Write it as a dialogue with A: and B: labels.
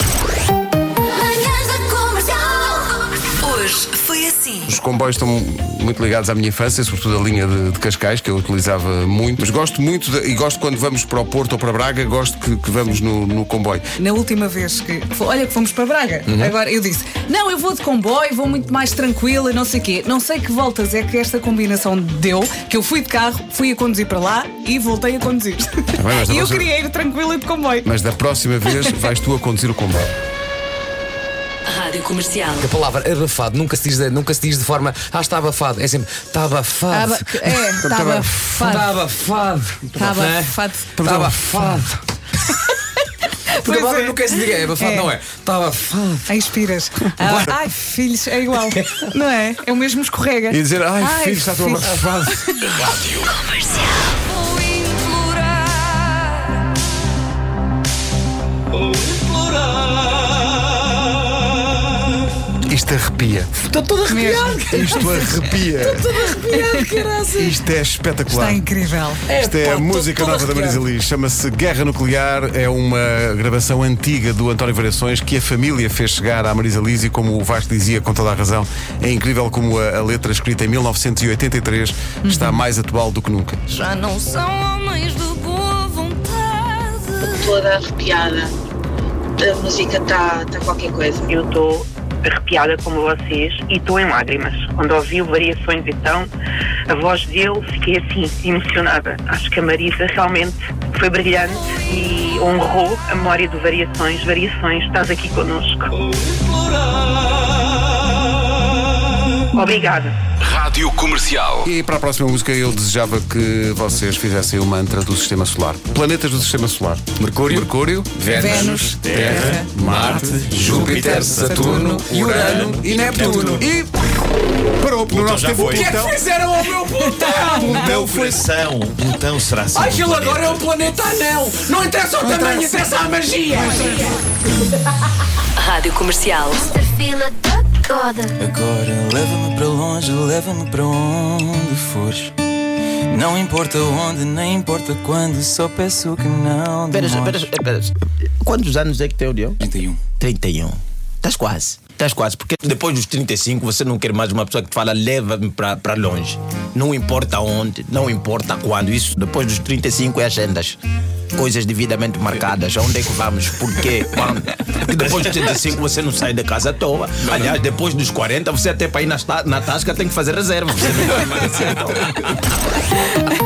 A: assim.
B: Sim.
C: Os comboios estão muito ligados à minha infância, sobretudo a linha de, de Cascais, que eu utilizava muito. Mas gosto muito, de- e gosto quando vamos para o Porto ou para Braga, gosto que, que vamos no, no comboio.
B: Na última vez que. fo- Olha, que fomos para Braga.
C: Uhum.
B: Agora eu disse: Não, eu vou de comboio, vou muito mais tranquila, não sei o quê. Não sei que voltas é que esta combinação deu, que eu fui de carro, fui a conduzir para lá e voltei a conduzir.
C: Tá bem, mas
B: e eu
C: você-
B: queria ir tranquila e de comboio.
C: Mas da próxima vez vais tu a conduzir o comboio.
A: Rádio Comercial.
D: A palavra abafado nunca se diz de, nunca se diz de forma ah, está abafado. É sempre está abafado.
B: Aba- É,
C: Tava-
B: estava
D: Está
B: fado.
D: abafado.
B: Está abafado.
D: Está abafado. Porque a
B: Pois
D: palavra
B: é.
D: nunca se diga é abafado,
B: É.
D: não é? Está abafado.
B: Ai, Inspiras. Ah, ai, filhos, é igual. Não é? É o mesmo escorrega.
C: E dizer, ai, filho, está tudo
B: filhos."
C: abafado.
E: Vou implorar,
C: Isto arrepia.
D: Estou toda arrepiada.
C: Isto arrepia. Isto é espetacular.
B: Está incrível.
C: Esta é
D: pá,
C: a
D: tô-
C: música
D: tô
C: nova da Marisa
D: arrepiado.
C: Liz, chama-se Guerra Nuclear, é uma gravação antiga do António Variações que a família fez chegar à Marisa Liz e como o Vasco dizia com toda a razão, é incrível como a, a letra escrita em 1983 está mais atual do que nunca.
E: já não são homens de boa vontade.
F: toda arrepiada. A música está tá qualquer coisa.
G: Eu estou arrepiada como vocês e estou em lágrimas. Quando ouvi o Variações então, a voz dele, fiquei assim, emocionada. Acho que a Marisa realmente foi brilhante e honrou a memória do Variações. Variações, estás aqui connosco. Obrigada.
H: Rádio Comercial.
C: E para a próxima música eu desejava que vocês fizessem o mantra do Sistema Solar. Planetas do Sistema Solar. Mercúrio, Mercúrio,
B: Vênus, Terra,
C: Marte,
H: Júpiter,
C: Saturno, Urano e Neptuno. E parou, no nosso
H: já
C: tempo
H: foi.
D: O que é que fizeram ao meu botão?
H: Meu coração, Plutão será assim.
D: Ai, ele agora é um planeta anel. Não interessa o tamanho, interessa a magia.
A: Rádio Comercial.
E: Esta fila toda.
I: Agora leva-me para longe, leva-me para onde fores. Não importa onde, nem importa quando, só peço que não.
J: Pera, pera,
I: demores.
J: pera. Quantos anos é que tem o Diogo?
I: 31.
J: 31. Estás quase. Estás quase. Porque depois dos 35 você não quer mais uma pessoa que te fala leva-me para longe. Não importa onde, não importa quando. Isso depois dos 35 é agendas. Coisas devidamente marcadas. Onde é que vamos? Porquê? Quando? Porque depois dos 35 você não sai da casa à toa. Aliás, depois dos 40 você até para ir na, esta- na tasca tem que fazer reserva. Você não vai mais à toa.